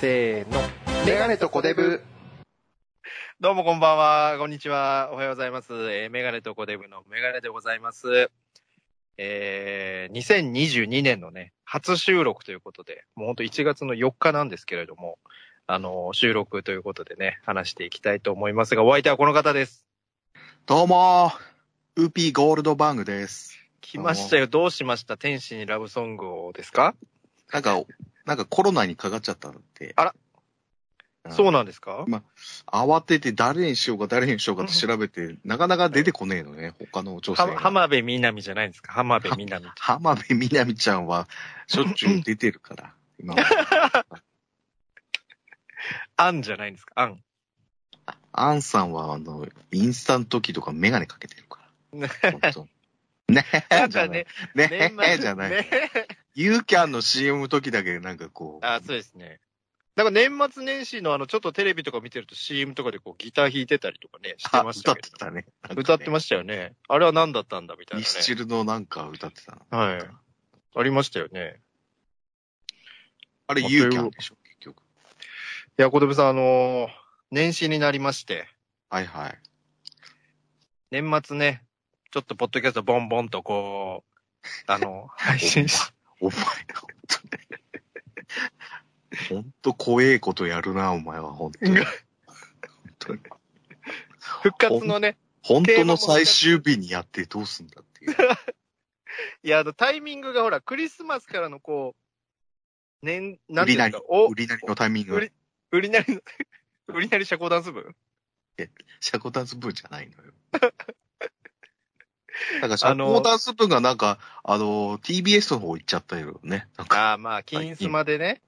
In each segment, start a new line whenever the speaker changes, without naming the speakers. せーの。
メガネとコデブ。
どうもこんばんは、こんにちは、おはようございます。えーメガネとコデブのメガネでございます。えー、2022年のね、初収録ということで、もうほんと1月の4日なんですけれども、あのー、収録ということでね、話していきたいと思いますが、お相手はこの方です。
どうもウーピーゴールドバーグです。
来ましたよ、どうしました天使にラブソングをですか、
なんか、なんかコロナにかかっちゃったのって。
あら
うん
そうなんですか
慌てて誰にしようか誰にしようかって調べて、なかなか出てこねえのね、他の女性
は
が。
浜辺美波じゃないんですか浜辺美波。
浜辺美波ちゃんはしょっちゅう出てるから、今は。
アンじゃないんですかアン。
アンさんはあの、インスタの時とかメガネかけてるから。ほんとね
な
え
ん
じゃ
か
ない
ね。、
ねえ
末
じゃない。
ね
ユーキャンの CM の時だけなんかこう。
あ、そうですね。なんか年末年始のあの、ちょっとテレビとか見てると CM とかでこうギター弾いてたりとかね、してました
あ
け
歌ってたね。
ど。歌ってましたよね。あれは何だったんだみたい
ミ
なね。
スチルのなんか歌ってたの。
はい。ありましたよね。
あれ、
あ
ユーキャンでしょ、結局。
いや、小手部さん、あのー年始になりまして、
はいはい。
年末ね、ちょっとポッドキャストボンボンとこう、あ の、配信し、
お前、ほんとね。ほんと怖えことやるな、お前は、ほんとに。
復活のね、
ほんとの最終日にやってどうすんだって いう。
いや、あの、タイミングがほら、クリスマスからのこう、年、な
売
んてい
り
うんで
な
す
り
か、お、、
売りなりのタイミン
売
グ
り。売りなりの、 売りなり社交ダンス部
シャコダンス部じゃない のよ。なんか、シ
あ
ャ
の
コダンス部がなんか、あの、TBS の方行っちゃったよね。なんか、
ああ、まあ、金スマでね。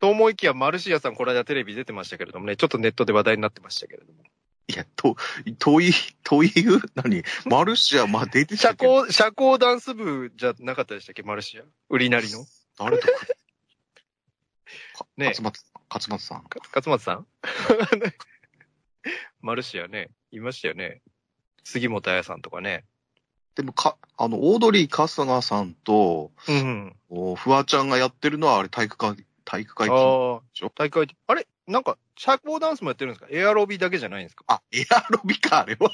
と思いきや、マルシアさん、この間テレビ出てましたけれどもね、ちょっとネットで話題になってましたけれども。
いや、と、遠い、遠い、何マルシア、まあ、出て
社
たけど。
交、社交ダンス部じゃなかったでしたっけ、マルシア。売りなりの。
誰とく
ねえ
勝松勝松さん。
か勝松さん マルシアね、いましたよね。杉本彩さんとかね。
でもか、あの、オードリー春日さんと、
うん。
おフワちゃんがやってるのは、あれ、体育会、体
ああ
育会系
ー
しょ、
大会、あれなんか、社交ダンスもやってるんですかエアロビだけじゃないんですか
あ、エアロビか、あれは。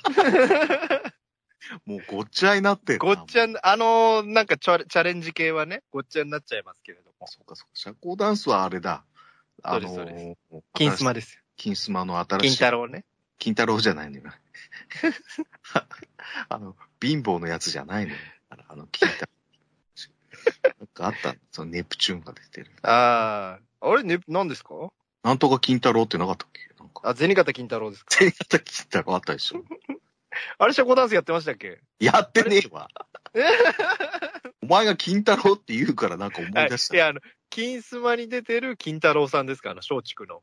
もうごっちゃになってるな。
ごっちゃ
も
ん、あのーなんかチャレチャレンジ系はね、ごっちゃになっちゃいますけれども
う。。そうか、そうか。社交ダンスはあれだ。あの
そうです
ー、
金スマ
で。
ですよ。
金スマの新しい。
金太郎ね。
金太郎じゃない のよ。あの、貧乏のやつじゃないのよ。あの、金太郎。なんかあったそのネプチューンが出てる。
ああ。あれね、何ですか
なんとか金太郎ってなかったっけなん か。
あ、銭形金太郎ですか
全員型金太郎あったでしょ。
あれ、社交ダンスやってましたっけ
やってねえわ。 お前が金太郎って言うからなんか思い出した。
いや、あの、金スマに出てる金太郎さんですかあの、松竹の。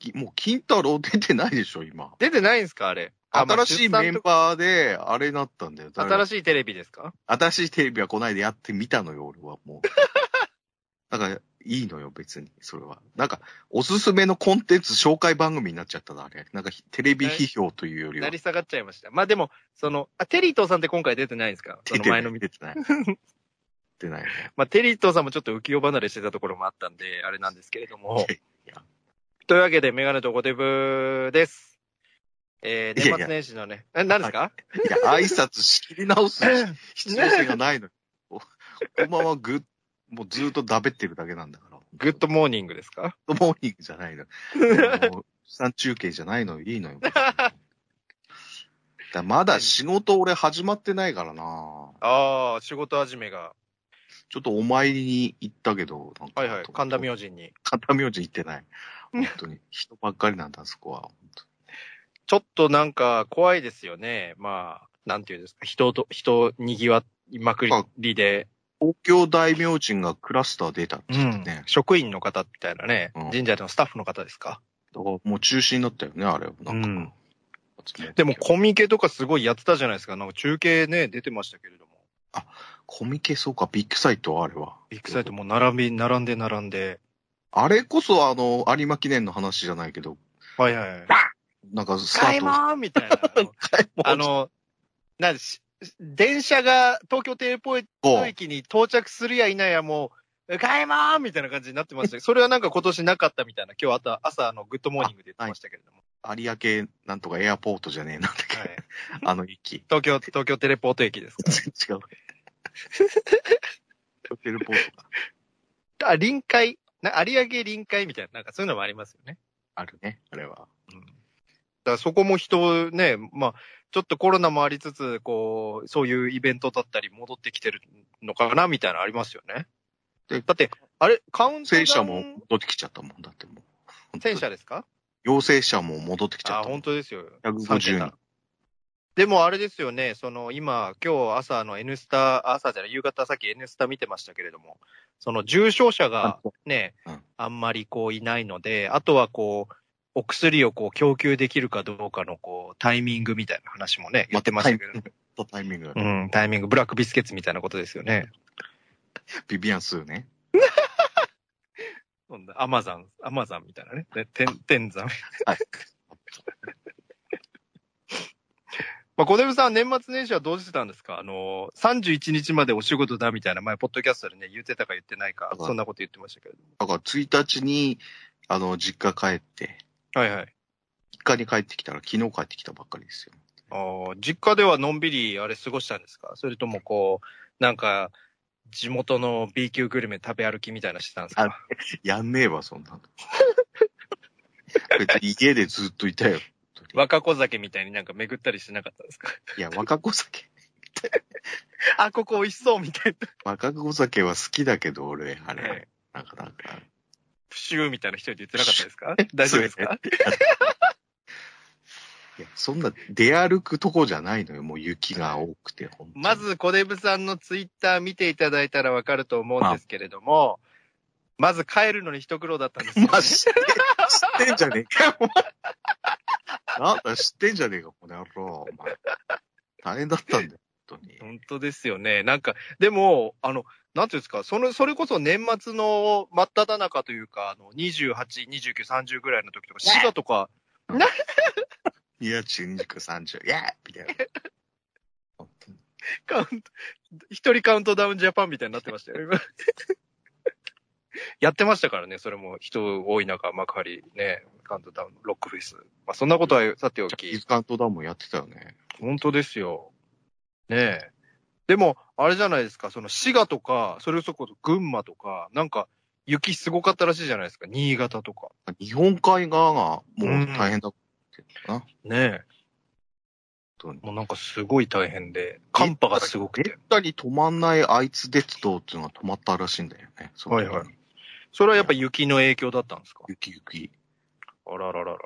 きもう金太郎出てないでしょ、今。
出てないんですかあれ。あまあ
新しいメンバーで、あれなったんだよ。
出産と
新
新しいテレビですか
新しいテレビはこないでやってみたのよ、俺はもう。 だから、いいのよ、別に、それは。なんか、おすすめのコンテンツ紹介番組になっちゃったな、あれ。なんか、テレビ批評というより
成
は。
り下がっちゃいました。まあでも、その、あ、テリートーさんって今回出てないんですかそ
出
の
てな
前
い。
の見て。
出てない。出てないね。
まあ、テリートーさんもちょっと浮世離れしてたところもあったんで、あれなんですけれども
いやいや。
というわけで、メガネとゴテブです。えー、年
いやいや
末年始のね、え、何ですか
いや、挨拶仕切り 直す必要性がないのよ。おこ んばんは、ぐっ、もうずーっとだべってるだけなんだから。
グッドモーニングですか
グッドモーニングじゃな いの。もう、三中継じゃないのよ、いいのよ。だまだ仕事俺始まってないからな
ああ、仕事始めが。
ちょっとお参りに行ったけど、なんか
はいはい。神田明神に。
神田明神行ってない。本当に。人ばっかりなんだ、あそこは。本当に
ちょっとなんか怖いですよね。まあ、なんていうんですか。人と、人賑わいまくりで、
東京大明神がクラスター出たって言ってね。
職員の方みたいなね、
うん
神社のスタッフの方ですか。
だからもう中止になったよね、あれは。なんか。
うんでもコミケとかすごいやってたじゃないですか。なんか中継ね、出てましたけれども。
コミケそうか、ビッグサイト、あれは。
ビッグサイトもう並び、並んで並んで。
あれこそ、あの、有馬記念の話じゃないけど、
はいはい。
なんかスタ
買
ー
い
ト。
まーみ たいな。あの、なんでし電車が東京テレポート
こう
駅に到着するやいなやもう、うかいまーみたいな感じになってましたけど、それはなんか今年なかったみたいな、今日あった朝、あの、グッドモーニングで言ってましたけれども。
有明なんとかエアポートじゃねえなんだっけ、
はい。
あの駅。
東京、東京テレポート駅ですか
全然違う。テレポート
ら。
が
あ、臨海、な有明臨海みたいな、なんかそういうのもありますよね。
あるね、あれは。
だからそこも人ね、まあ、ちょっとコロナもありつつ、こう、そういうイベントだったり戻ってきてるのかなみたいなのありますよね。
で
だって、あれ、カウントダウン
戦車も戻ってきちゃったもんだってもう。
戦車ですか
陽性者も戻ってきちゃ
あ、
ったもん
本。当ですよ。
150
三桁でもあれですよね、その今、今日朝の N スタ、朝じゃない、夕方さっき N スタ見てましたけれども、その重症者がね、
うん
あんまりこういないので、あとはこう、お薬をこう供給できるかどうかのこうタイミングみたいな話もね、言ってましたけど、
とタイミングが、
うん、タイミング、ブラックビスケッツみたいなことですよね。
ビビアンスーね。
そんなアマザン、アマザンみたいなね。で天、天山。
はい。
まあ、小出部さん、年末年始はどうしてたんですかあの、31日までお仕事だみたいな、前、ポッドキャストでね、言ってたか言ってないか
だ、から
そんなこと言ってましたけれども。
だから1日に、あの、実家帰って、
はいはい。
3日に帰ってきたら昨日帰ってきたばっかりですよ。
あー実家ではのんびり、あれ、過ごしたんですかそれとも、こう、なんか、地元の B 級グルメ食べ歩きみたいなのしてたんですか
やんねえわ、そんなの。別に家でずっといたよ。本当に
若子酒みたいになんか巡ったりしなかったんです か
いや、若子酒。
あ、ここ美味しそうみたいな。
若子酒は好きだけど、俺、あれ。なんか、なんか。
プシューみたいな一人で言ってなかったです か大丈夫ですか
いや、そんな出歩くとこじゃないのよ。もう雪が多くて、本当に
ま、ず、小デブさんのツイッター見ていただいたらわかると思うんですけれども、まず帰るのに一苦労だったん ですよ、ね。
まあ、知って、知ってんじゃねえかよ、お前。なんだ、知ってんじゃねえか、この野郎、お前。大変だったんだよ、本当に。
本当ですよね。なんか、でも、あの、なんていうんですか、その、それこそ年末の真っ只中というか、あの、28、29、30ぐらいの時とか、滋賀とか、
いや、中肉30、イェーイみ たいな。本当に
カウント、一人カウントダウンジャパンみたいになってましたよ、今 やってましたからね、それも人多い中、幕張ね、カウントダウンのロックフェス。まあ、そんなことはさてお
ジ
き
ャ。ニーズカウントダウンもやってたよね。
本当ですよ。ねえ。でも、あれじゃないですか、その滋賀とか、それこそ群馬とか、なんか雪すごかったらしいじゃないですか、新潟とか。
日本海側がもう大変だってな、本
ね
当に
え。。もうなんかすごい大変で、寒波がすごく
め
て。
ったに止まんないあいつ鉄道っていうのが止まったらしいんだよね。その時に
はいはそれはやっぱ雪の影響だったんですか
雪雪。
あらららら。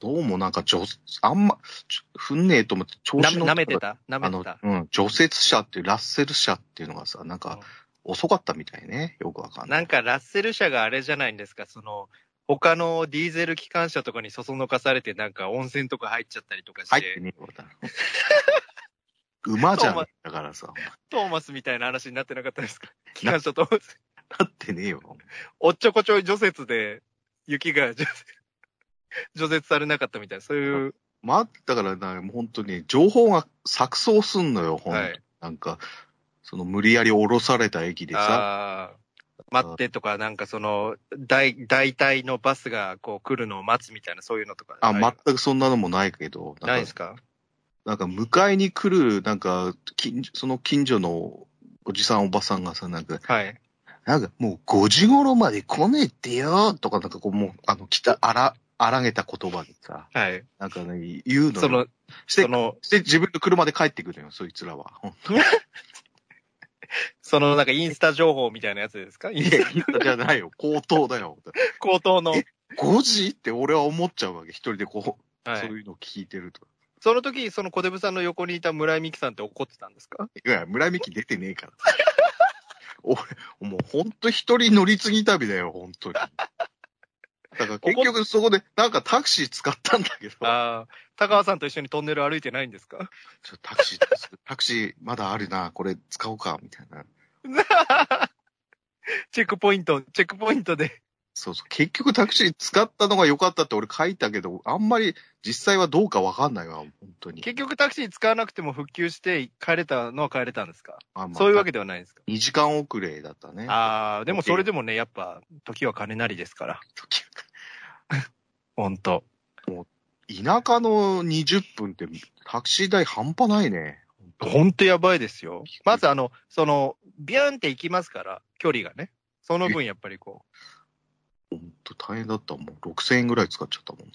どうもなんか除、あんま、ちょ踏んねえと思って調子乗
な
っ
舐めて
ら
た舐
あ
め
の
てた、。
うん、除雪車っていう、ラッセル車っていうのがさ、なんか、遅かったみたいね。よくわかんない。
なんかラッセル車があれじゃないんですか、その、他のディーゼル機関車とかにそそのかされて、なんか温泉とか入っちゃったりとかして、
入ってねえよ、だから馬じゃん。だからさ、
トーマスみたいな話になってなかったですか機関車トーマス。
なってねえよ。
おっちょこちょい除雪で、雪が 除雪除雪されなかったみたいな、そういう、
まあ、だからな、もう本当に、情報が錯綜すんのよ、ほんと
はい。
なんか、その無理やり降ろされた駅でさ、
あー待ってとか、なんかその、大、大体のバスがこう来るのを待つみたいな、そういうのとか。
あ、
ない
全くそんなのもないけど、
ない
なん
で
か
す、か
なんか迎えに来る、なんか、近その近所のおじさんおばさんがさ、なんか、
はい。
なんかもう5時頃まで来ねえってよとか、なんかこう、もう、あの、来た、あら、荒げた言葉でさ、
はい。
なんかね、言うのよ
その、
して
そ、の、
して自分の車で帰ってくるよ、そい つらは。
そのなんかインスタ情報みたいなやつですか
いや、じゃないよ、口頭だよ。
口頭の。
え5時って俺は思っちゃうわけ、一人でこう、
は
そう
い。
いうの聞いてると。
その時、その小デブさんの横にいた村井美樹さんって怒ってたんですか
いや、村井美樹出てねえから。 俺、もうほんと一人乗り継ぎ旅だよ、本当に。だから結局そこで、なんかタクシー使ったんだけど、ちょ
ああ、田川さんと一緒にトンネル歩いてないんですか
タクシー、タクシーまだあるな、これ使おうか、みたいな。
チェックポイント、チェックポイントで
そうそう。結局タクシー使ったのが良かったって俺書いたけど、あんまり実際はどうかわかんないわ、本当に。
結局タクシー使わなくても復旧して帰れたのは帰れたんですか
あまあ
そういうわけではないんですか
2時間遅れだったね。
ああ、でもそれでもね、やっぱ、時は金なりですから。ほんと。
田舎の20分ってタクシー代半端ないね。
ほんとやばいですよ。まずあの、その、ビューンって行きますから、距離がね。その分やっぱりこう。
ほんと大変だった。もう6000円ぐらい使っちゃったもんな。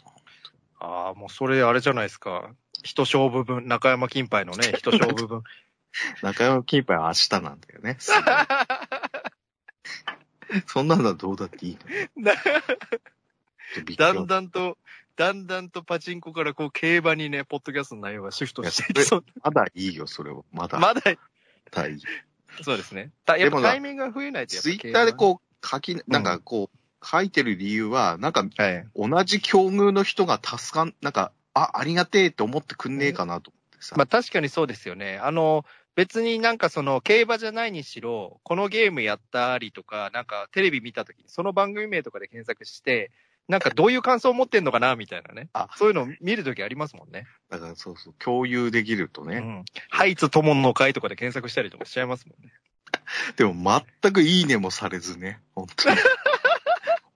ああ、もうそれあれじゃないですか。一勝負分、中山金杯の ね、一勝負分。
中山キーパーは明日なんだよ ね。すごいそんなのはどうだっていいのびっくり
だんだんと、だんだんとパチンコからこう競馬にね、ポッドキャストの内容がシフトしていきそう。
まだいいよ、それは。まだ。
まだ、
だいい。
そうですね。たやっ
でも
ぱ
な
タイミングが増えないとやっぱ
ツイ
競馬
ッターでこう書き、なんかこう書いてる理由は、なんか
う。はい。
同じ境遇の人が助かん、なんか、あ、ありがてえって思ってくんねえかなと思ってさ。
まあ確かにそうですよね。あの、別になんかその競馬じゃないにしろ、このゲームやったりとか、なんかテレビ見たときにその番組名とかで検索して、なんかどういう感想を持ってんのかなみたいなね。
あ
そういうの見るときありますもんね。
だからそうそう、共有できると
う
ね。
ん。ハイツ友の会とかで検索したりとかしちゃいますもんね。
でも全くいいねもされずね。本当に。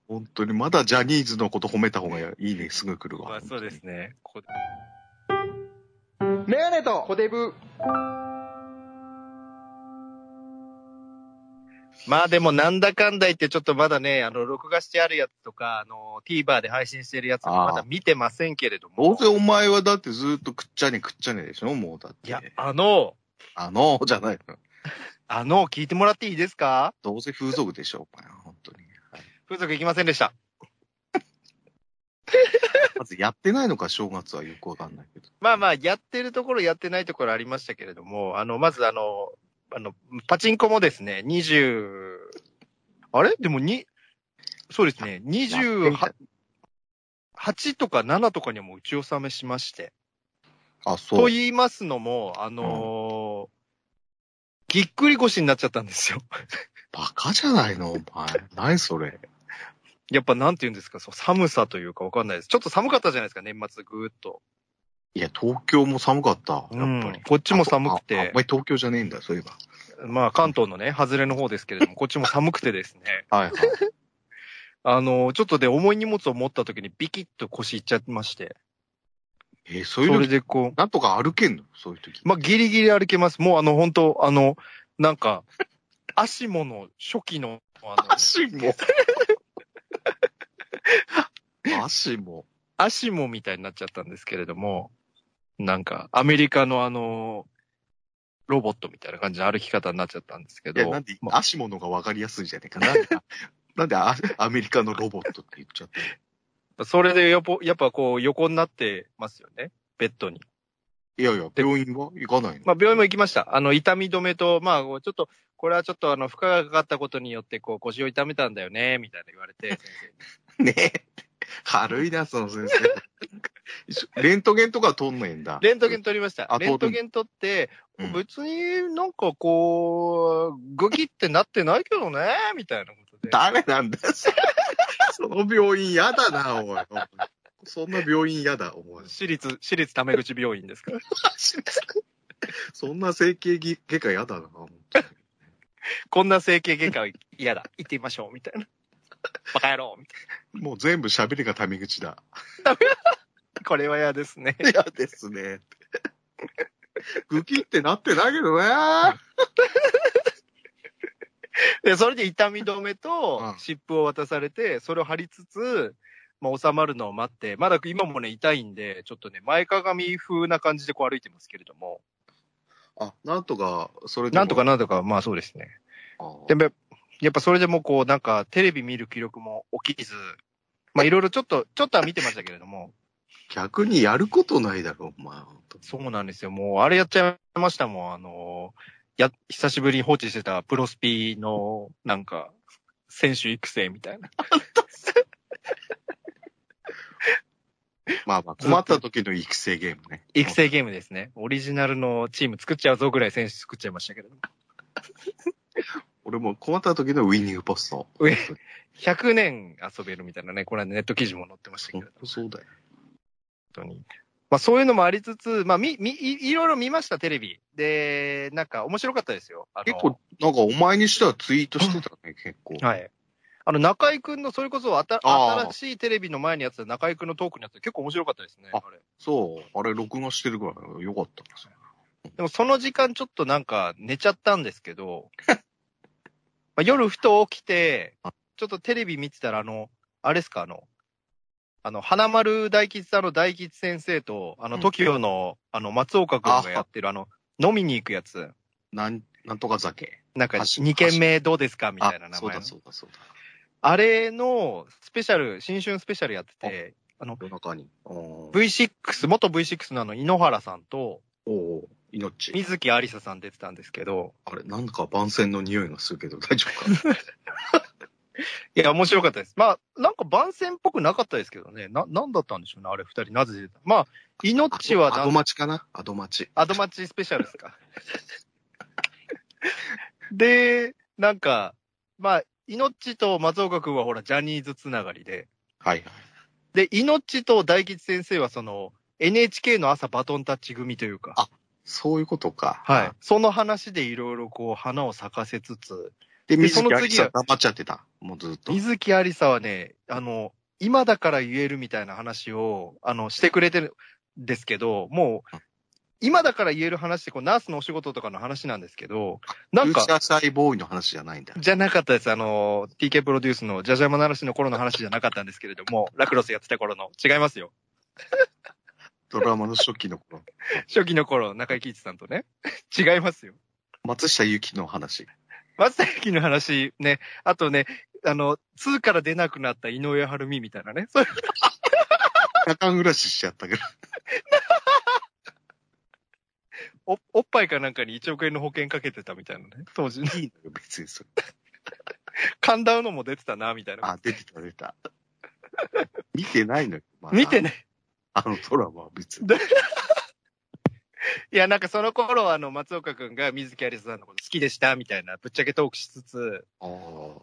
本当に、まだジャニーズのこと褒めた方がいいね、すぐ来るわ。
まあそうですね。ここ
メガネとコデブ。
まあでもなんだかんだ言ってちょっとまだね、あの、録画してあるやつとか、あの、TVer で配信してるやつとか
あー
まだ見てませんけれど
どう
も。
せお前はだってずっとくっちゃねくっちゃねでしょもうだっ
い
て。
や、あの、
あの、じゃないの。
あの、聞いてもらっていいですか
どうせ風俗でしょお前は、本当に。
風俗行きませんでした。
まずやってないのか、正月はよくわかんないけど。
まあまあ、やってるところやってないところありましたけれども、あの、まずあの、あの、パチンコもですね、20、あれでもに、そうですね、28とか7とかにはもう打ち納めしまして。
あ、そ
と
う。
言いますのも、あのーぎっくり腰になっちゃったんですよ。
バカじゃないの、お前。何それ。
やっぱなんて言うんですか、そう寒さというかわかんないです。ちょっと寒かったじゃないですか、年末ぐーっと。
いや、東京も寒かった。やっぱり。
うんこっちも寒く
あああ
て
お、前東京じゃねえんだ、そういえば。
まあ関東のね、外れの方ですけれ ども、こっちも寒くてですね、
はいはい。
あのーちょっとで重い荷物を持った時にビキッと腰いっちゃいまして、
えーそ
そう
いう
れ
時、
でこ
なんとか歩けんのそういう時。
う、まあギリギリ歩けます。もうあの本当、あの、なんか、足もの初期の、あの、
足も。 足も。
アシモみたいになっちゃったんですけれども、なんか、アメリカのあの、ロボットみたいな感じの歩き方になっちゃったんですけ
いや、な
ど
んで、、
ま
足ものがわかりやすいじゃねえか。なんで、 なんであアメリカのロボットって言っちゃって。
それでやっぱやっぱこう横になってますよね、ベッドに。
いやいや、病院は行かないの
まあ病院も行きました。あの、痛み止めと、まあこうちょっと、これはちょっとあの、負荷がかかったことによって、こう腰を痛めたんだよね、みたいな言われて、先生に
ねえ。軽いな、その先生。 レントゲンとか取んないんだ。
レントゲン取りました
あ。
レントゲン取って、
うん
別になんかこう、グキってなってないけどね、みたいなことで。
誰なんだよ、それ その病院やだな、おい。そんな病院やだ、お前。
私立、私立タメ口病院ですから。
そんな整形外科やだな、本
こんな整形外科は嫌だ。行ってみましょう。みたい な。バカ野郎。みたい
当にもう全部喋りがタメ口だ。
な。これは嫌ですね。
嫌ですね。グキってなってないけ どね。
で、それで痛み止めと
うん
湿布を渡されて、それを貼りつつ、まあ、収まるのを待って、まだ今もね、痛いんで、ちょっとね、前かがみ風な感じでこう歩いてますけれども、
あ、なんとか、それでも
なんとか。なんとか、まあそうですね。
あ
でも、やっぱそれでもこう、なんか、テレビ見る気力も起きず、まあいろいろちょっと、ちょっとは見てましたけれども、
逆にやることないだろ、お前。本当に
そうなんですよ。もう、あれやっちゃいましたもん。あの、や、久しぶりに放置してたプロスピの、なんか、選手育成みたいな。
まあまあ、困った時の育成ゲームね。
育成ゲームですね。オリジナルのチーム作っちゃうぞぐらい選手作っちゃいましたけれども。
俺も困った時のウィニングポスト。
ウィ100年遊べるみたいなね、これはネット記事も載ってましたけれど、
本当そうだよ。
本当に。まあそういうのもありつつ、まあみ、み、いいろいろ見ました、テレビ。で、なんか面白かったですよ。あの
結構、なんかお前にしてはツイートしてたね、結構。
はい。あの、中井くんの、それこそあた
あー
新しいテレビの前にやってた中井くんのトークのやつ、結構面白かったですね。あ
あ
れ
そう、あれ録画してるからよかったですね。
でもその時間ちょっとなんか寝ちゃったんですけ ど、まあ夜ふと起きて、ちょっとテレビ見てたら、あの、あれですか、あの、あの、花丸大吉さんの大吉先生と、あの、
うん
TOKIO の、あの、松岡くんがやってる、あの、飲みに行くやつ、
なん、なんとか酒。
なんか、
はし
2軒目どうですかみたいな
あ
名
そう
前の
だ。そうだそうだ。
あれのスペシャル、新春スペシャルやってて、
夜中に。おー
V6、元 V6 のあの、井ノ原さんと、
おー命。
水木ありささん出てたんですけど、
あれ、なんか番宣の匂いがするけど大丈夫かな
いや、面白かったです。まあ、なんか番宣っぽくなかったですけどね。な、なんだったんでしょうね、あれ二人。なぜ出てたまあ、命は
ア
な
ド
ん
マチかなアドマチ。
アドマチスペシャルですか。 で、なんか、まあ、命と松岡君はほら、ジャニーズつながりで。
はいはい。
で、命と大吉先生はその、NHK の朝バトンタッチ組というか。
あそういうことか。
はい。。その話でいろいろこう、花を咲かせつつ、
で、
で
水
その
木
次は
ありさん黙っちゃってた。もうずっと。
水木ありさはね、あの、今だから言えるみたいな話を、あの、してくれてるんですけど、もう
うん、
今だから言える話って、こう、ナースのお仕事とかの話なんですけど、なん
フューチャ
か、
ーサイボーイの話じゃないんだ。
じゃなかったです。あの、TK プロデュースのジャジャマナラシの頃の話じゃなかったんですけれども、ラクロスやってた頃の、違いますよ。
ドラマの初期の頃。
初期の頃、中井貴一さんとね。 違いますよ。
松下由紀の話。
松崎の話、ね、あとね、あの、2から出なくなった井上晴美みたいなね、そういう
夜間暮らししちゃったけど。
おおっぱいかなんかに1億円の保険かけてたみたいなね、当時 ね。
いいのよ、別 にそれ。
神田うのも出てたな、みたいな。
あ、出てた、出てた。見てないのよ、まだ
見てね。
あのドラマは別に。
いや、なんかその頃は、あの、松岡くんが水木有沙さんのこと好きでした、みたいな、ぶっちゃけトークしつつ、
あー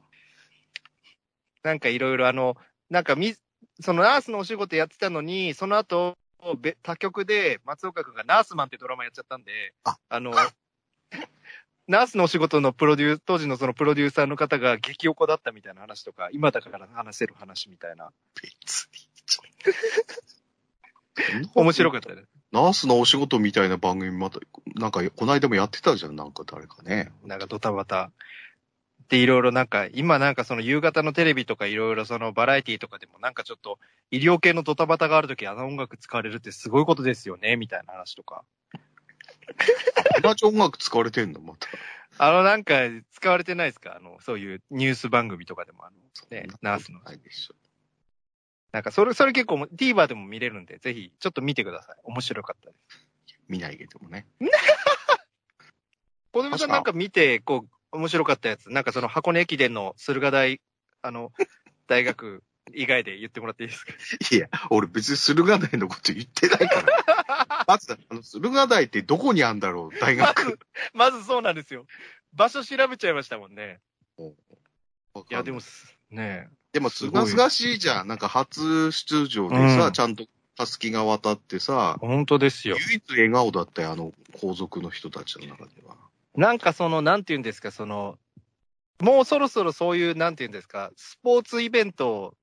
なんかいろいろあの、なんかみ、そのナースのお仕事やってたのに、その後、べ他局で松岡くんがナースマンってドラマやっちゃったんで、
あ
の、ナースのお仕事のプロデュー、当時のそのプロデューサーの方が激おこだったみたいな話とか、今だから話せる話みたいな。
別に。
面白か
く。
ったね。
ナースのお仕事みたいな番組また、なんか、この間もやってたじゃん、なんか誰かね。
なんかドタバタ。で、いろいろなんか、今なんかその夕方のテレビとかいろいろそのバラエティとかでもなんかちょっと医療系のドタバタがあるときあの音楽使われるってすごいことですよね、みたいな話とか。
同じ音楽使われてんの、また。
あのなんか使われてないですかあの、そういうニュース番組とかでもあの、ね、ナースの。
ないでしょ。
なんかそれ、それ結構 TVer でも見れるんで、ぜひちょっと見てください。面白かったです。
見ないけどもね。
小泉さんなんか見て、こう、面白かったやつ。なんかその箱根駅伝の駿河台、あの、大学以外で言ってもらっていいですか
いや、俺別に駿河台のこと言ってない から。まず、あの、駿河台ってどこにあんだろう、大
ま
学。
ず、まずそうなんですよ。場所調べちゃいましたもんね。いや、でも、す、ねえ
でも、
す
す
ごい
がすがしいじゃん。なんか初出場でさ、
うん
ちゃんとたすきが渡ってさ、
本当ですよ。
唯一笑顔だったよ、あの、皇族の人たちの中では。
なんかその、なんて言うんですか、その、もうそろそろそういう、なんて言うんですか、スポーツイベントを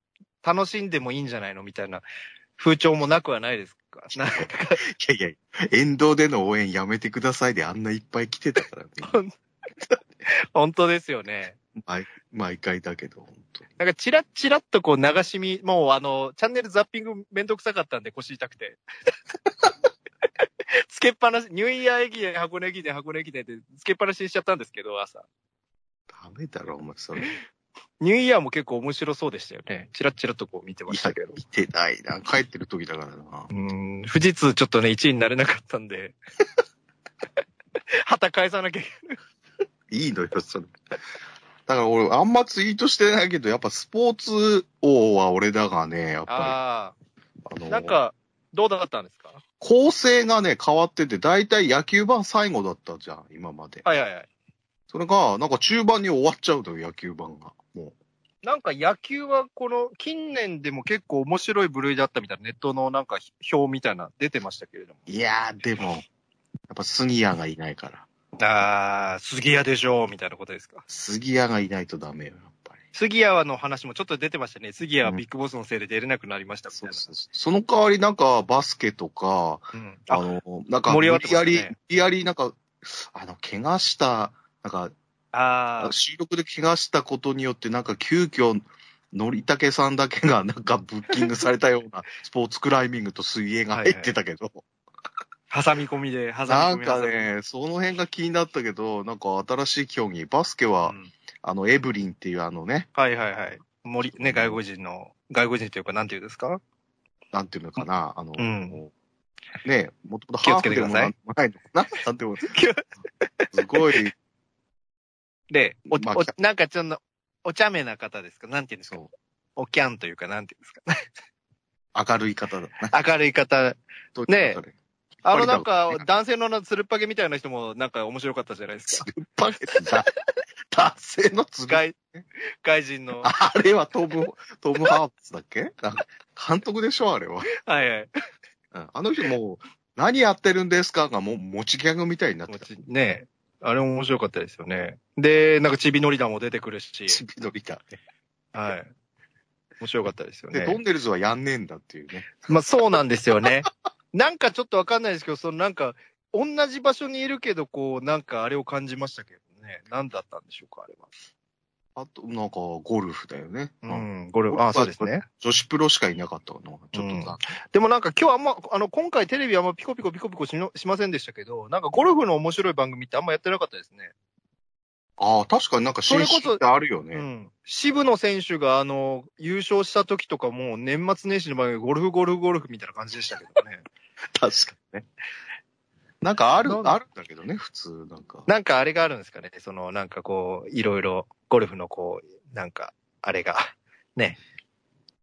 楽しんでもいいんじゃないのみたいな風潮もなくはないですか。 なんか
いやいや、沿道での応援やめてくださいであんないっぱい来て たからね。
本当ですよね。
毎回だけど、本当に。
なんかチラッチラッとこう流し見、もうあの、チャンネルザッピングめんどくさかったんで腰痛くて。つけっぱなし、ニューイヤー駅伝、箱根駅伝、箱根駅伝ってつけっぱなしにしちゃったんですけど、朝。
ダメだろ、お前、それ。い
ニューイヤーも結構面白そうでしたよね。チラッチラッとこう見てました
や
けど。、
見てないな。帰ってる時だからな
う。ーん、富士通ちょっとね、1位になれなかったんで。 旗返さなきゃいけない
いいのよ、それ。だから俺、あんまツイートしてないけど、やっぱスポーツ王は俺だがね、やっ
あ
ぱり、あ
あ、
の、
なんか、どうだったんですか
構成がね、変わってて、大体野球版最後だったじゃん、今まで。
はいはいはい。
それが、なんか中盤に終わっちゃうのよ、野球盤が。も
なんか野球はこの近年でも結構面白い部類だったみたいなネットのなんか表みたいな出てましたけれども。
う。いやー、でも、やっぱ杉谷がいないから。
あー、杉谷でしょうみたいなことですか。
杉谷がいないとダメよ、やっぱり。
杉谷の話もちょっと出てましたね。杉谷はビッグボスのせいで出れなくなりましたみた
そ
いうな。
そうそうその代わり、なんか、バスケとか、
うん
あ
あ
の、なんか、
盛
無
り上がってま
理
し
や
たね
り、無理やり、なんか、あの、怪我した、なんか、
あー、
収録で怪我したことによって、なんか急遽、のりたけさんだけがなんかブッキングされたよ うなスポーツクライミングと水泳が入ってたけど、
挟み込みで、挟み
な
込
ん
み
か、ね、その辺が気になったけど、なんか新しい競技、バスケ
挟
は、
み込みうん
あの、エブリンっていうあのね、
はいはいはい。森、ね、外国人の、外国人というか、なんていうんですか
なんていうのかな、あの、
うん
ね、もともと
気
ハ
を
ー
つけ
フ
てく
でも
ださい
なんでもないのかな、なんていうの
気を
すごい、
で、お、
まあ
お
きゃ
なんかちょっと、お茶目な方ですかなんていうんですか
そ
おキャンというか、なんていうんですか
明るい方だな。
明るい方。
と
ね
引っ張りだ
あ
ろ
の
う
なんか
ね、
男性のあのつるっぱげみたいな人もなんか面白かったじゃないです
つ
か。
るっぱげて な、男性のつるっ
外、外人の。は
あれはトム、トム・ハープスだっけなんか監督でしょあれは。
いはい。
うんあの人もう、何やってるんですかがもう持ちギャグみたいになってた。
ねえ。あれも面白かったですよね。で、なんかちびのりだも出てくる
ち
し。
びどりだ。
はい。面白かったですよ
で、ド
ね。
ンネルズはやんねえんだっていうね。
まあそうなんですよね。 なんかちょっとわかんないですけど、そのなんか、同じ場所にいるけど、こう、なんかあれを感じましたけどね。何だったんでしょうか、あれは。
あと、なんか、ゴルフだよね。
うん、ゴルフ。あ、そうですね。
女子プロしかいなかったかな。ちょっとさ、
でもなんか今日あんま、あの、今回テレビあんまピコピコピコピコしのしませんでしたけど、なんかゴルフの面白い番組ってあんまやってなかったですね。
ああ、確かになんか
それこそ
CC ってあるよね。
うん。渋野選手があの、優勝した時とかも年末年始の番組ゴルフゴルフゴルフみたいな感じでしたけどね。
確かにね。なんかある
なん、だ
あるんだけどね、普通、なんか。
なんかあれがあるんですかね。その、なんかこう、いろいろ、ゴルフのこう、なんか、あれが、 ね、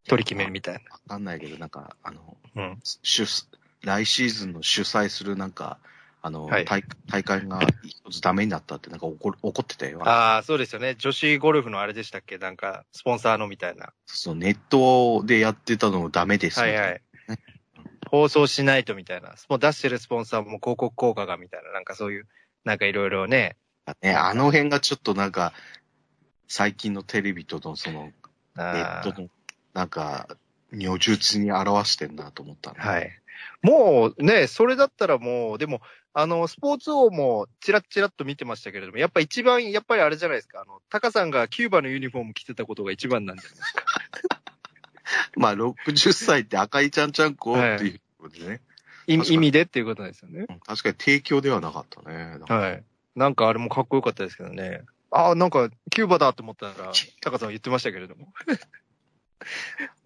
取り決めみたい
わかんないけど、なんか、あの、
な。うん。
主、来シーズンの主催するなんか、あの、
はい
大大会が一つダメになったって、なんか怒る怒ってたよ。
ああ、そうですよね。女子ゴルフのあれでしたっけなんか、スポンサーのみたいな。
そのネットでやってたのもダメです
はいはい。放送しないとみたいな。スポ出してるスポンサーも広告効果がみたいな。なんかそういう、なんかいろいろね。
ね、あの辺がちょっとなんか、最近のテレビとのその、ネ
あ
ッ
ー
トの、なんか、如実に表してんなと思ったね
はい。もうね、それだったらもう、でも、あの、スポーツ王もチラッチラッと見てましたけれども、やっぱ一番、やっぱりあれじゃないですか。あの、タカさんがキューバのユニフォーム着てたことが一番なんじゃないですか。
まあ、60歳って赤いちゃんちゃんこっていうことでね。
意
確
味
かに
意味でっていうことなんですよね。
うん確かに提供ではなかったね。なんか
はい。なんかあれもかっこよかったですけどね。ああ、なんかキューバだと思ったら、タカさんは言ってましたけれども。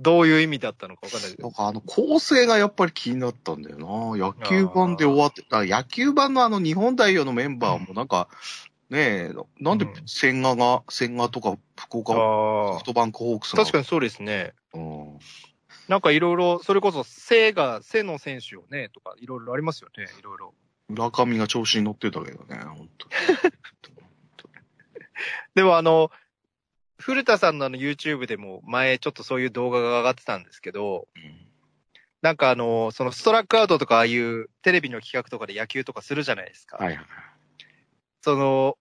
どういう意味だったのかわかんないですけど
なんかあの構成がやっぱり気になったんだよな。野球盤で終わって、だから野球盤のあの日本代表のメンバーもなんか、ねえ、なんで
うん
千賀が、千賀とか福岡
あ
ソ
あ
フトバンクホークスが
確かにそうですね。
うん
なんかいろいろ、それこそ、背が、背の選手をね、とか、いろいろありますよね、いろいろ。
村上が調子に乗ってたけどね、本当に。
でもあの、古田さんのあの YouTube でも前ちょっとそういう動画が上がってたんですけど、なんかあの、そのストラックアウトとかああいうテレビの企画とかで野球とかするじゃないですか。
はいはい。
その、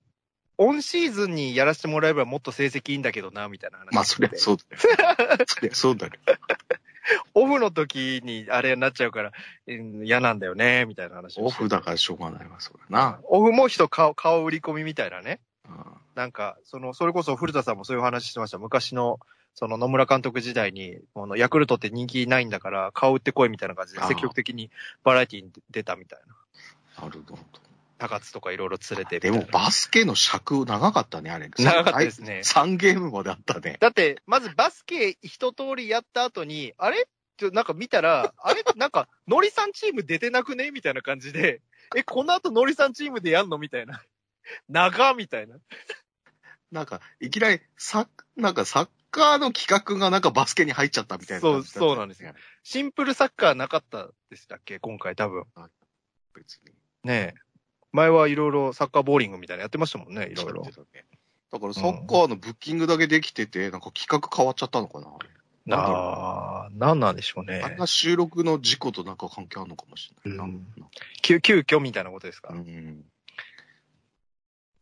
オンシーズンにやらせてもらえばもっと成績いいんだけどな、みたいな話。
まあそりゃそう だよ。そりゃそうだけど。
オフの時にあれになっちゃうから、うん嫌なんだよね、みたいな話を
オ
して
フだからしょうがないわ、それな。
オフも人顔、顔売り込みみたいなね。
うん
なんか、その、それこそ古田さんもそういう話してました。昔の、その野村監督時代に、このヤクルトって人気ないんだから、顔売ってこいみたいな感じで
あ、あ
積極的にバラエティに出たみたいな。
なるほど。
高津とかいろいろ連れてみた
で
いな
もバスケの尺長かったね、あれ。
長かったですね
3ゲームまであったね。
だって、まずバスケ一通りやった後に、あれってなんか見たら、あれなんか、ノリさんチーム出てなくねみたいな感じで、え、この後ノリさんチームでやんのみたいな。長っみたいな。
なんか、いきなり、サなんかサッカーの企画がなんかバスケに入っちゃったみたいな感じだった、
そうそうなんですよ。シンプルサッカーなかったでしたっけ今回多分。
別に。
ねえ。前はいろいろサッカーボーリングみたいなのやってましたもんね、いろいろ
やっ。てたねだからサッカーのブッキングだけできてて、なんか企画変わっちゃったのかなあれ
な
なんだろう
あ、なんなんでしょうね
あ。れが収録の事故となんか関係あるのかもしれないな。
うん急、急遽みたいなことですか。
うん。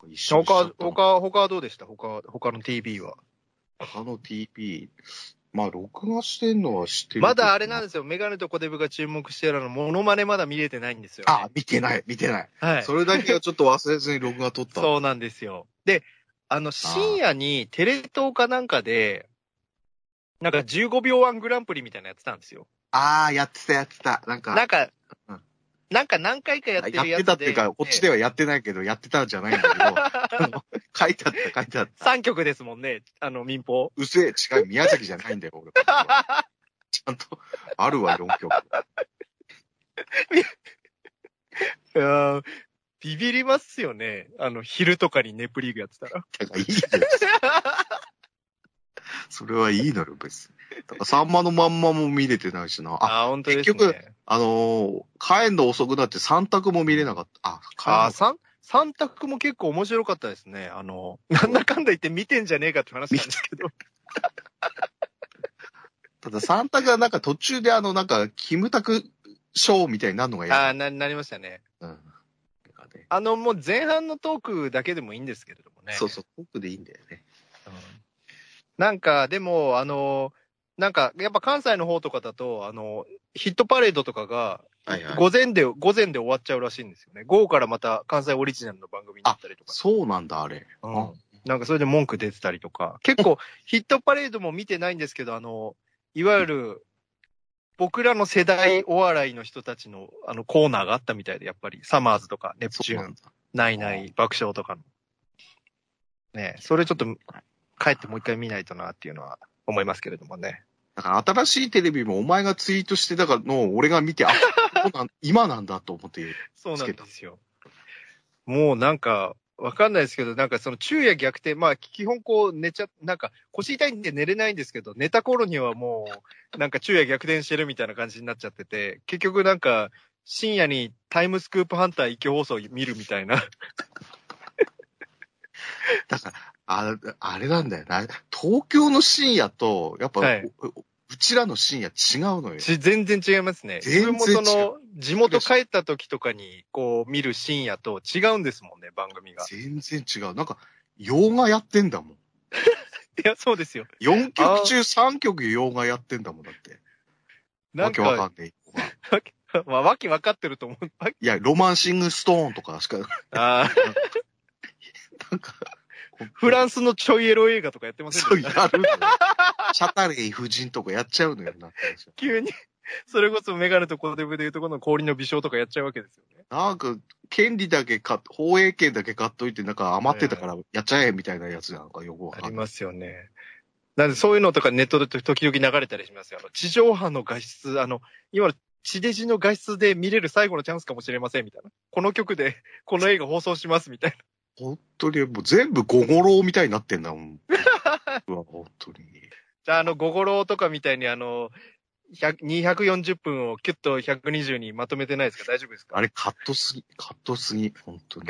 一緒にしちゃっ
他、
たのか
他、他はどうでした他、他の TV は。
他の TP、まあ、録画してんのは知ってるけど。
まだあれなんですよ。メガネとコデブが注目してるあの、モノマネまだ見れてないんですよ、
あ、見てない、見てない。
はい。
それだけはちょっと忘れずに録画撮った。
そうなんですよ。で、あの、深夜にテレ東かなんかで、なんか15秒ワングランプリみたいなのやってたんですよ。
ああ、やってた、やってた。なんか、
なんか
うん、
なんか何回かやってるやつで。
やってたっていうか、こっちではやってないけど、やってたんじゃないんだけどあの、書いてあった、書いてあった。
3曲ですもんね、あの、民放。
うせえ、違う、宮崎じゃないんだよ、俺。ちゃんと、あるわ、4曲。
いやービビりますよね。あの、昼とかにネプリーグやってたら。
だからいいよ。それはいいのよ、別に。だから、さんまのまんまも見れてないしな。あ、
あー、本当ですね。
結局、あのー帰んの遅くなって3択も見れなかった。あ、帰んの
あー、三、三択も結構面白かったですね。あ の、なんだかんだ言って見てんじゃねえかって話なんですけど。
ただ、サンタがなんか途中であの、なんか、キムタクショーみたいになるのが
ああー、
嫌
な、なりましたね。
だ。うん。なんかね
あの、もう前半のトークだけでもいいんですけれどもね。
そうそう、トークでいいんだよね。
うん。なんか、でも、あの、なんか、やっぱ関西の方とかだと、あの、ヒットパレードとかが、
はいはい。
午前で、午前で終わっちゃうらしいんですよね。午後からまた関西オリジナルの番組になったりとか。
そうなんだ、あれ。
うん。なんかそれで文句出てたりとか。結構、 ヒットパレードも見てないんですけど、あの、いわゆる、僕らの世代お笑いの人たちの、あの、コーナーがあったみたいで、やっぱり、サマーズとか、ネプ
そ
チ
う
ュー
な
ン
ん、だ。
ないない、爆笑とかの。ねえそれちょっと、帰ってもう一回見ないとなっていうのは思いますけれどもね。
だから、新しいテレビもお前がツイートしてたからのを俺が見て、あ、そうなん今なんだと思って。
そうなんですよ。もうなんか、わかんないですけど、なんかその昼夜逆転、まあ基本こう寝ちゃ、なんか腰痛いんで寝れないんですけど、寝た頃にはもう、なんか昼夜逆転してるみたいな感じになっちゃってて、結局なんか深夜にタイムスクープハンター一挙放送見るみたいな。
だから、ああれなんだよな。東京の深夜と、やっぱ、
はい
おおうちらの深夜違うのよ。
ち全然違いますね。
全然違う
自分もその、地元帰った時とかにこう見る深夜と違うんですもんね、番組が。
全然違う。なんか、洋画やってんだもん。
いや、そうですよ。
4曲中3曲洋画やってんだもん、だって。
な
わ
ん
けわ
か、
かんない。
まあ、わけわかってると思う。わけ
いや、ロマンシングストーンとかしか、
あー
なんか、
フラ
ン
ンスのちょいエロ映画とかやってません
そう
でし
や
た
るのよ。シャタレイ夫人とかやっちゃうのよ、なんか。
急に。 それこそメガネとコデブでいうとこの氷の微笑とかやっちゃうわけですよね。
なんか、権利だけ買っ、放映権だけ買っといて、なんか余ってたからやっちゃえみたいなやつなのか、よくわ
あ
か
り
んない。
ますよね。なんでそういうのとかネットで時々流れたりしますよ。あの地上波の画質、あの、今の地デジの画質で見れる最後のチャンスかもしれませんみたいな。この曲で、 この映画放送しますみたい
本当に、もう全部ゴゴロみたいになってんだ もん。うわ、本当に。
な。じゃあ、あの、ゴゴロとかみたいにあの、100 240分をキュッと120にまとめてないですか大丈夫ですか
あれ、カットすぎ、カットすぎ、本当に。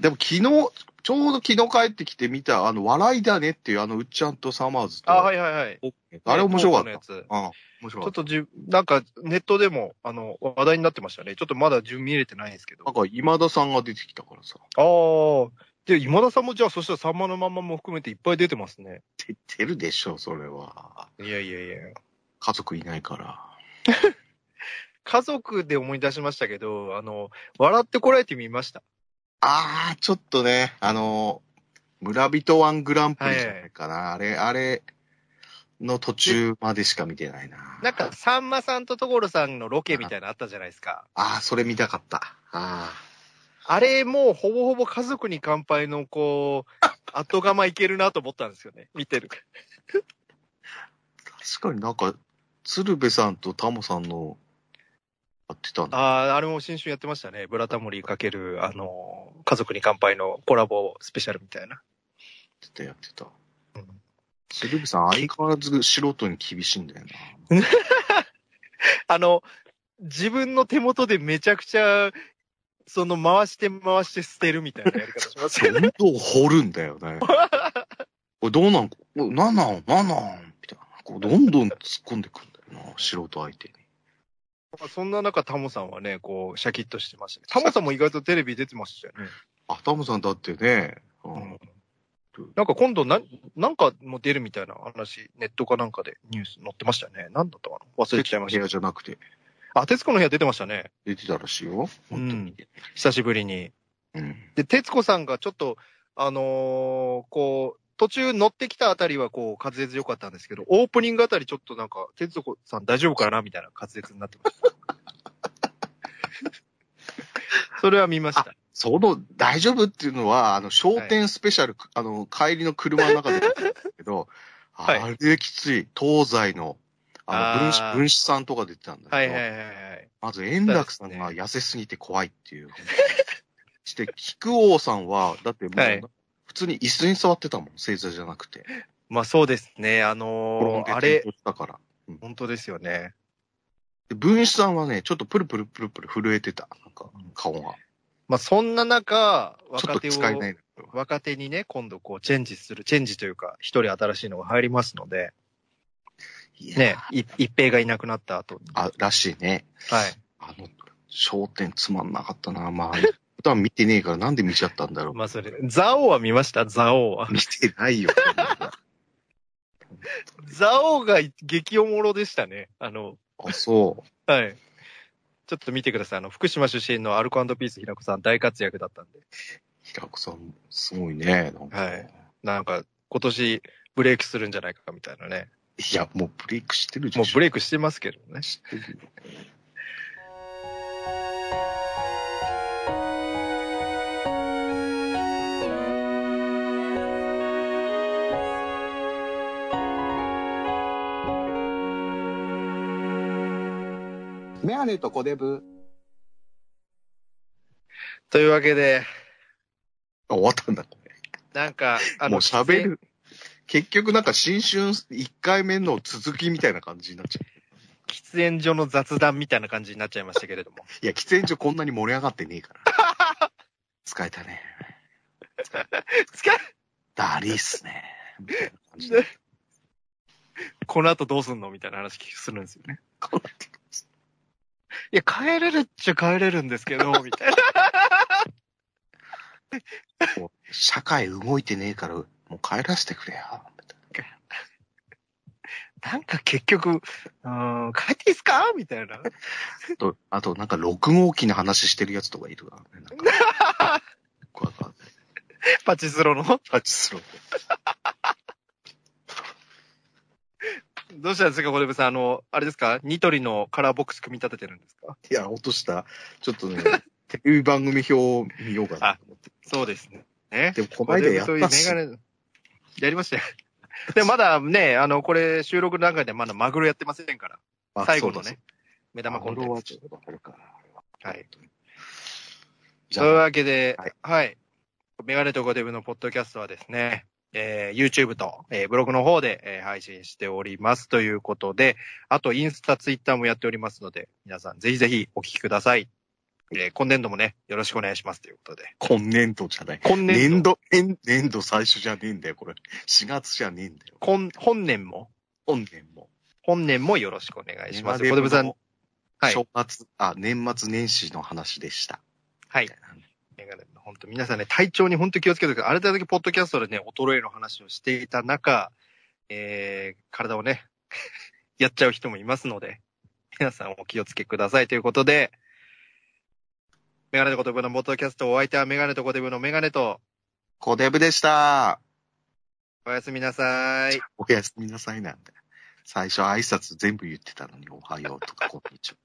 でも昨日、ちょうど昨日帰ってきて見た、あの、笑いだねっていう、あの、うっちゃんとサマーズと。
あ、はいはいはい。
あれ面白かった。
トー
うん
クのやつ
面白
ち
か
ょっ
っ
とじ、なんかネットでも、あの、話題になってましたね。ちょっとまだ順見れてないんですけど。
た。な
あ
んか、今田さんが出てきたからさ。
あー。で、今田さんもじゃあ、そしたらさんまのまんまも含めていっぱい出てますね。
出てるでしょ、それは。
いやいやいや。
家族いないから。
家族で思い出しましたけど、あの、笑ってこられてみました。
あー、ちょっとね、あの、村人ワングランプリじゃないかな。あれ、あれの途中までしか見てないな。
なんか、さんまさんと所さんのロケみたいなのあったじゃないですか。
あー、それ見たかった。あ
あれもうほぼほぼ家族に乾杯の、こう、後釜いけるなと思ったんですよね。見てる。
ー、確かになんか、鶴瓶さんとタモさんの、やってたんだ。
ああ、あれも新春やってましたね。ブラタモリかける、あの、家族に乾杯のコラボスペシャルみたいな。
やってた、やってた
うん。
鶴瓶さん相変わらず素人に厳しいんだよな。
あの、自分の手元でめちゃくちゃその回して回して捨てるみたいなやり方します
そう
よね。
どう掘るんだよね。 これどうなんこれなんなんなんなんみたいな。こうどんどん突っ込んでくんだよな、素人相手に。
ま あそんな中、タモさんはね、こう、シャキッとしてましたね。タモさんも意外とテレビ出てましたよね。
あ、タムさんだってね、うん
なんか今度な、なんかも出るみたいな話、ネットかなんかでニュース載ってましたよね。なんだったかな忘れちゃいまし
部
た
屋。じゃなくて
あ、徹子の部屋出てましたね。
出てたらしいよ。本当に。
久しぶりに。
うん。
で、徹子さんがちょっと、あのーこう、途中乗ってきたあたりはこう、滑舌良かったんですけど、オープニングあたりちょっとなんか、徹子さん大丈夫かなみたいな滑舌になってま した。それは見ました。
その、大丈夫っていうのは、あの、商店スペシャル、あの、帰りの車の中でだったんですけど、
はい
あれきつい。東西の、あの、分
あー
子、分子さんとか出てたんだけど、
はいはいはいはい。
まず円楽さんが痩せすぎて怖いっていう。 して、菊王さんは、だってもう、
はい
普通に椅子に座ってたもん、正座じゃなくて。
まあそうですね。あのーあ
転
れ
んで、転倒したから。
本当ですよね。
で、分子さんはね、ちょっとプルプルプルプル震えてた。なんか、顔が。
まあそんな中、
ちょっ
若手
と
を、
使えないのよ
若手にね、今度こうチェンジする、チェンジというか、一人新しいのが入りますので、
いや
ね、い一平がいなくなった後に。
あ、らしいね。
はい。
あの、焦点つまんなかったな。まあ、普段見てねえからなんで見ちゃったんだろう。
まあそれ、ザオは見ましたザオは。
見てないよ。
ザオが激おもろでしたね。あの、
あ、そう。
はい。ちょっと見てください。あの、福島出身のアルコピース平子さん大活躍だったんで。
平子さん、すごいね。なんか
はいなんか、今年ブレイクするんじゃないかみたいなね。
いや、もうブレイクしてるじゃ
も
ん。
うブレイクしてますけどね。
してるよ
メガネとコデブ。
というわけで、
あ、終わったんだ、これ。
なんか、あ
も
の、
う喋る。結局なんか新春1回目の続きみたいな感じになっちゃ
喫煙所の雑談みたいな感じになっちゃいましたけれ ども。
う。いや、喫煙所こんなに盛り上がってね えから。使えたね。
使え
だりーっすね。みたいな感じで。
この後どうすんのみたいな話するんですよね。いや、帰れるっちゃ帰れるんですけど、みたいな。
こう社会動いてねえから、もう帰らせてくれよ。みたい
なんか結局、うーん、帰っていいっすかみたいな。
なとあと、なんか6号機の話してるやつとかいるからね。なんか怖かった。
パチスロの。
パチスロー。
どうしたんですか、小出部さん。あの、あれですかニトリのカラーボックス組み立ててるんですか
いや、落とした。ちょっと ね、テレビ番組表を見ようかなと思って。
そうですね。ね。
でも、こないだやっ
小出部
たっ
という
す。
メガネやりましたよ。でもまだね、あの、これ収録の中でまだマグロやってませんから。
あ
最後の。
そうだ
ね、目玉コンテンツ。
マグロはちょっとわかるかな。
はい。
じ
という
ゃあ、
わけで、は
はい
い、メガネとゴデブのポッドキャストはですね、えー YouTube と、えーブログの方で、えー配信しておりますということで、あとインスタ、ツイッターもやっておりますので、皆さんぜひぜひお聞きください。えー今年度もね、よろしくお願いしますということで。
今年度じゃない。
今
年
年度、
度、年年度最初じゃねえんだよ、これ。4月じゃねえんだよ。
今本年も、
本年も。
本年もよろしくお願いします。
メ
ゴデ
ガネ
ブさん、はい
正月、あ、年末年始の話でした。
はい。メガネの本当皆さんね、体調に本当気をつけてください。あれだけポッドキャストでね、衰えの話をしていた中、えー、体をね、 やっちゃう人もいますので、皆さんお気をつけくださいということで、メガネとコテブのポッドキャスト、お相手はメガネとコテブのメガネと、
コデブでした。
おやすみなさい。
おやすみなさいなんて。最初挨拶全部言ってたのに、おはようとか、こんにちは。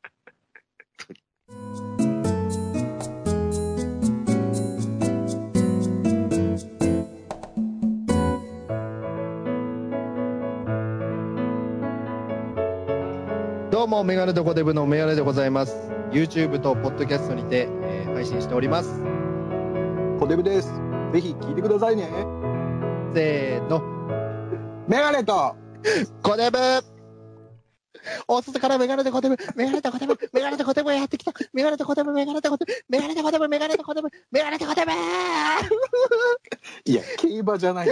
どうも、メガネとコテブのメガネでございます。YouTube とポッドキャストにて、配信しております。
コデブです。 ぜひ聞いてくださいね。
せーの、
メガネと
コテブおすすからメガネとコテブ、メガネとコテブ、メガネとコテブがやってきた。メガネとコテブ、メガネとコテブ、メガネとコテブ、メガネとコテブ、メガネとコテブ
いや、競馬じゃない。